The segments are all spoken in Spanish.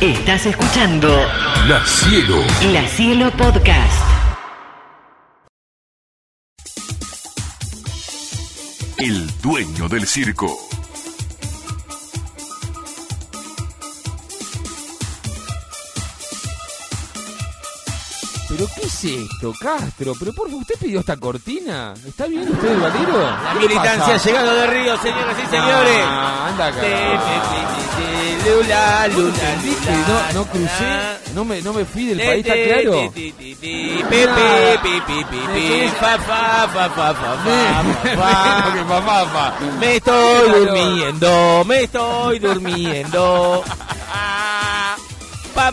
Estás escuchando La Cielo. La Cielo Podcast. El dueño del circo. ¿Pero qué es esto, Castro? ¿Pero por favor, usted pidió esta cortina? ¿Está bien usted el valero? La militancia llegando de Río, señoras y señores. Ah, anda acá. Te- te- te- te- Lula, ¿Vos lula, entendiste? lula, No, no lula. crucé, no me, no me fui del Le- país, te- ¿está claro? te- te- te- pe- pe- pe- pe- pe- pe- fa- fa- fa- fa- fa- fa- fa- Porque papá, papá. Me estoy durmiendo, me estoy durmiendo. Pa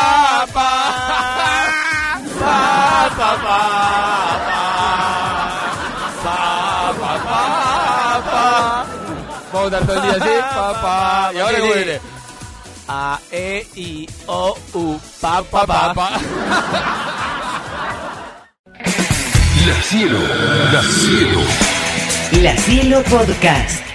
Pa, pa, pa, pa. Pa, pa, pa, pa. Vamos a estar todo el día así, papá. Y ahora Sí, cómo sí. viene. A, E, I, O, U. Pa, pa, pa. Papá. La Cielo. La Cielo. La Cielo Podcast.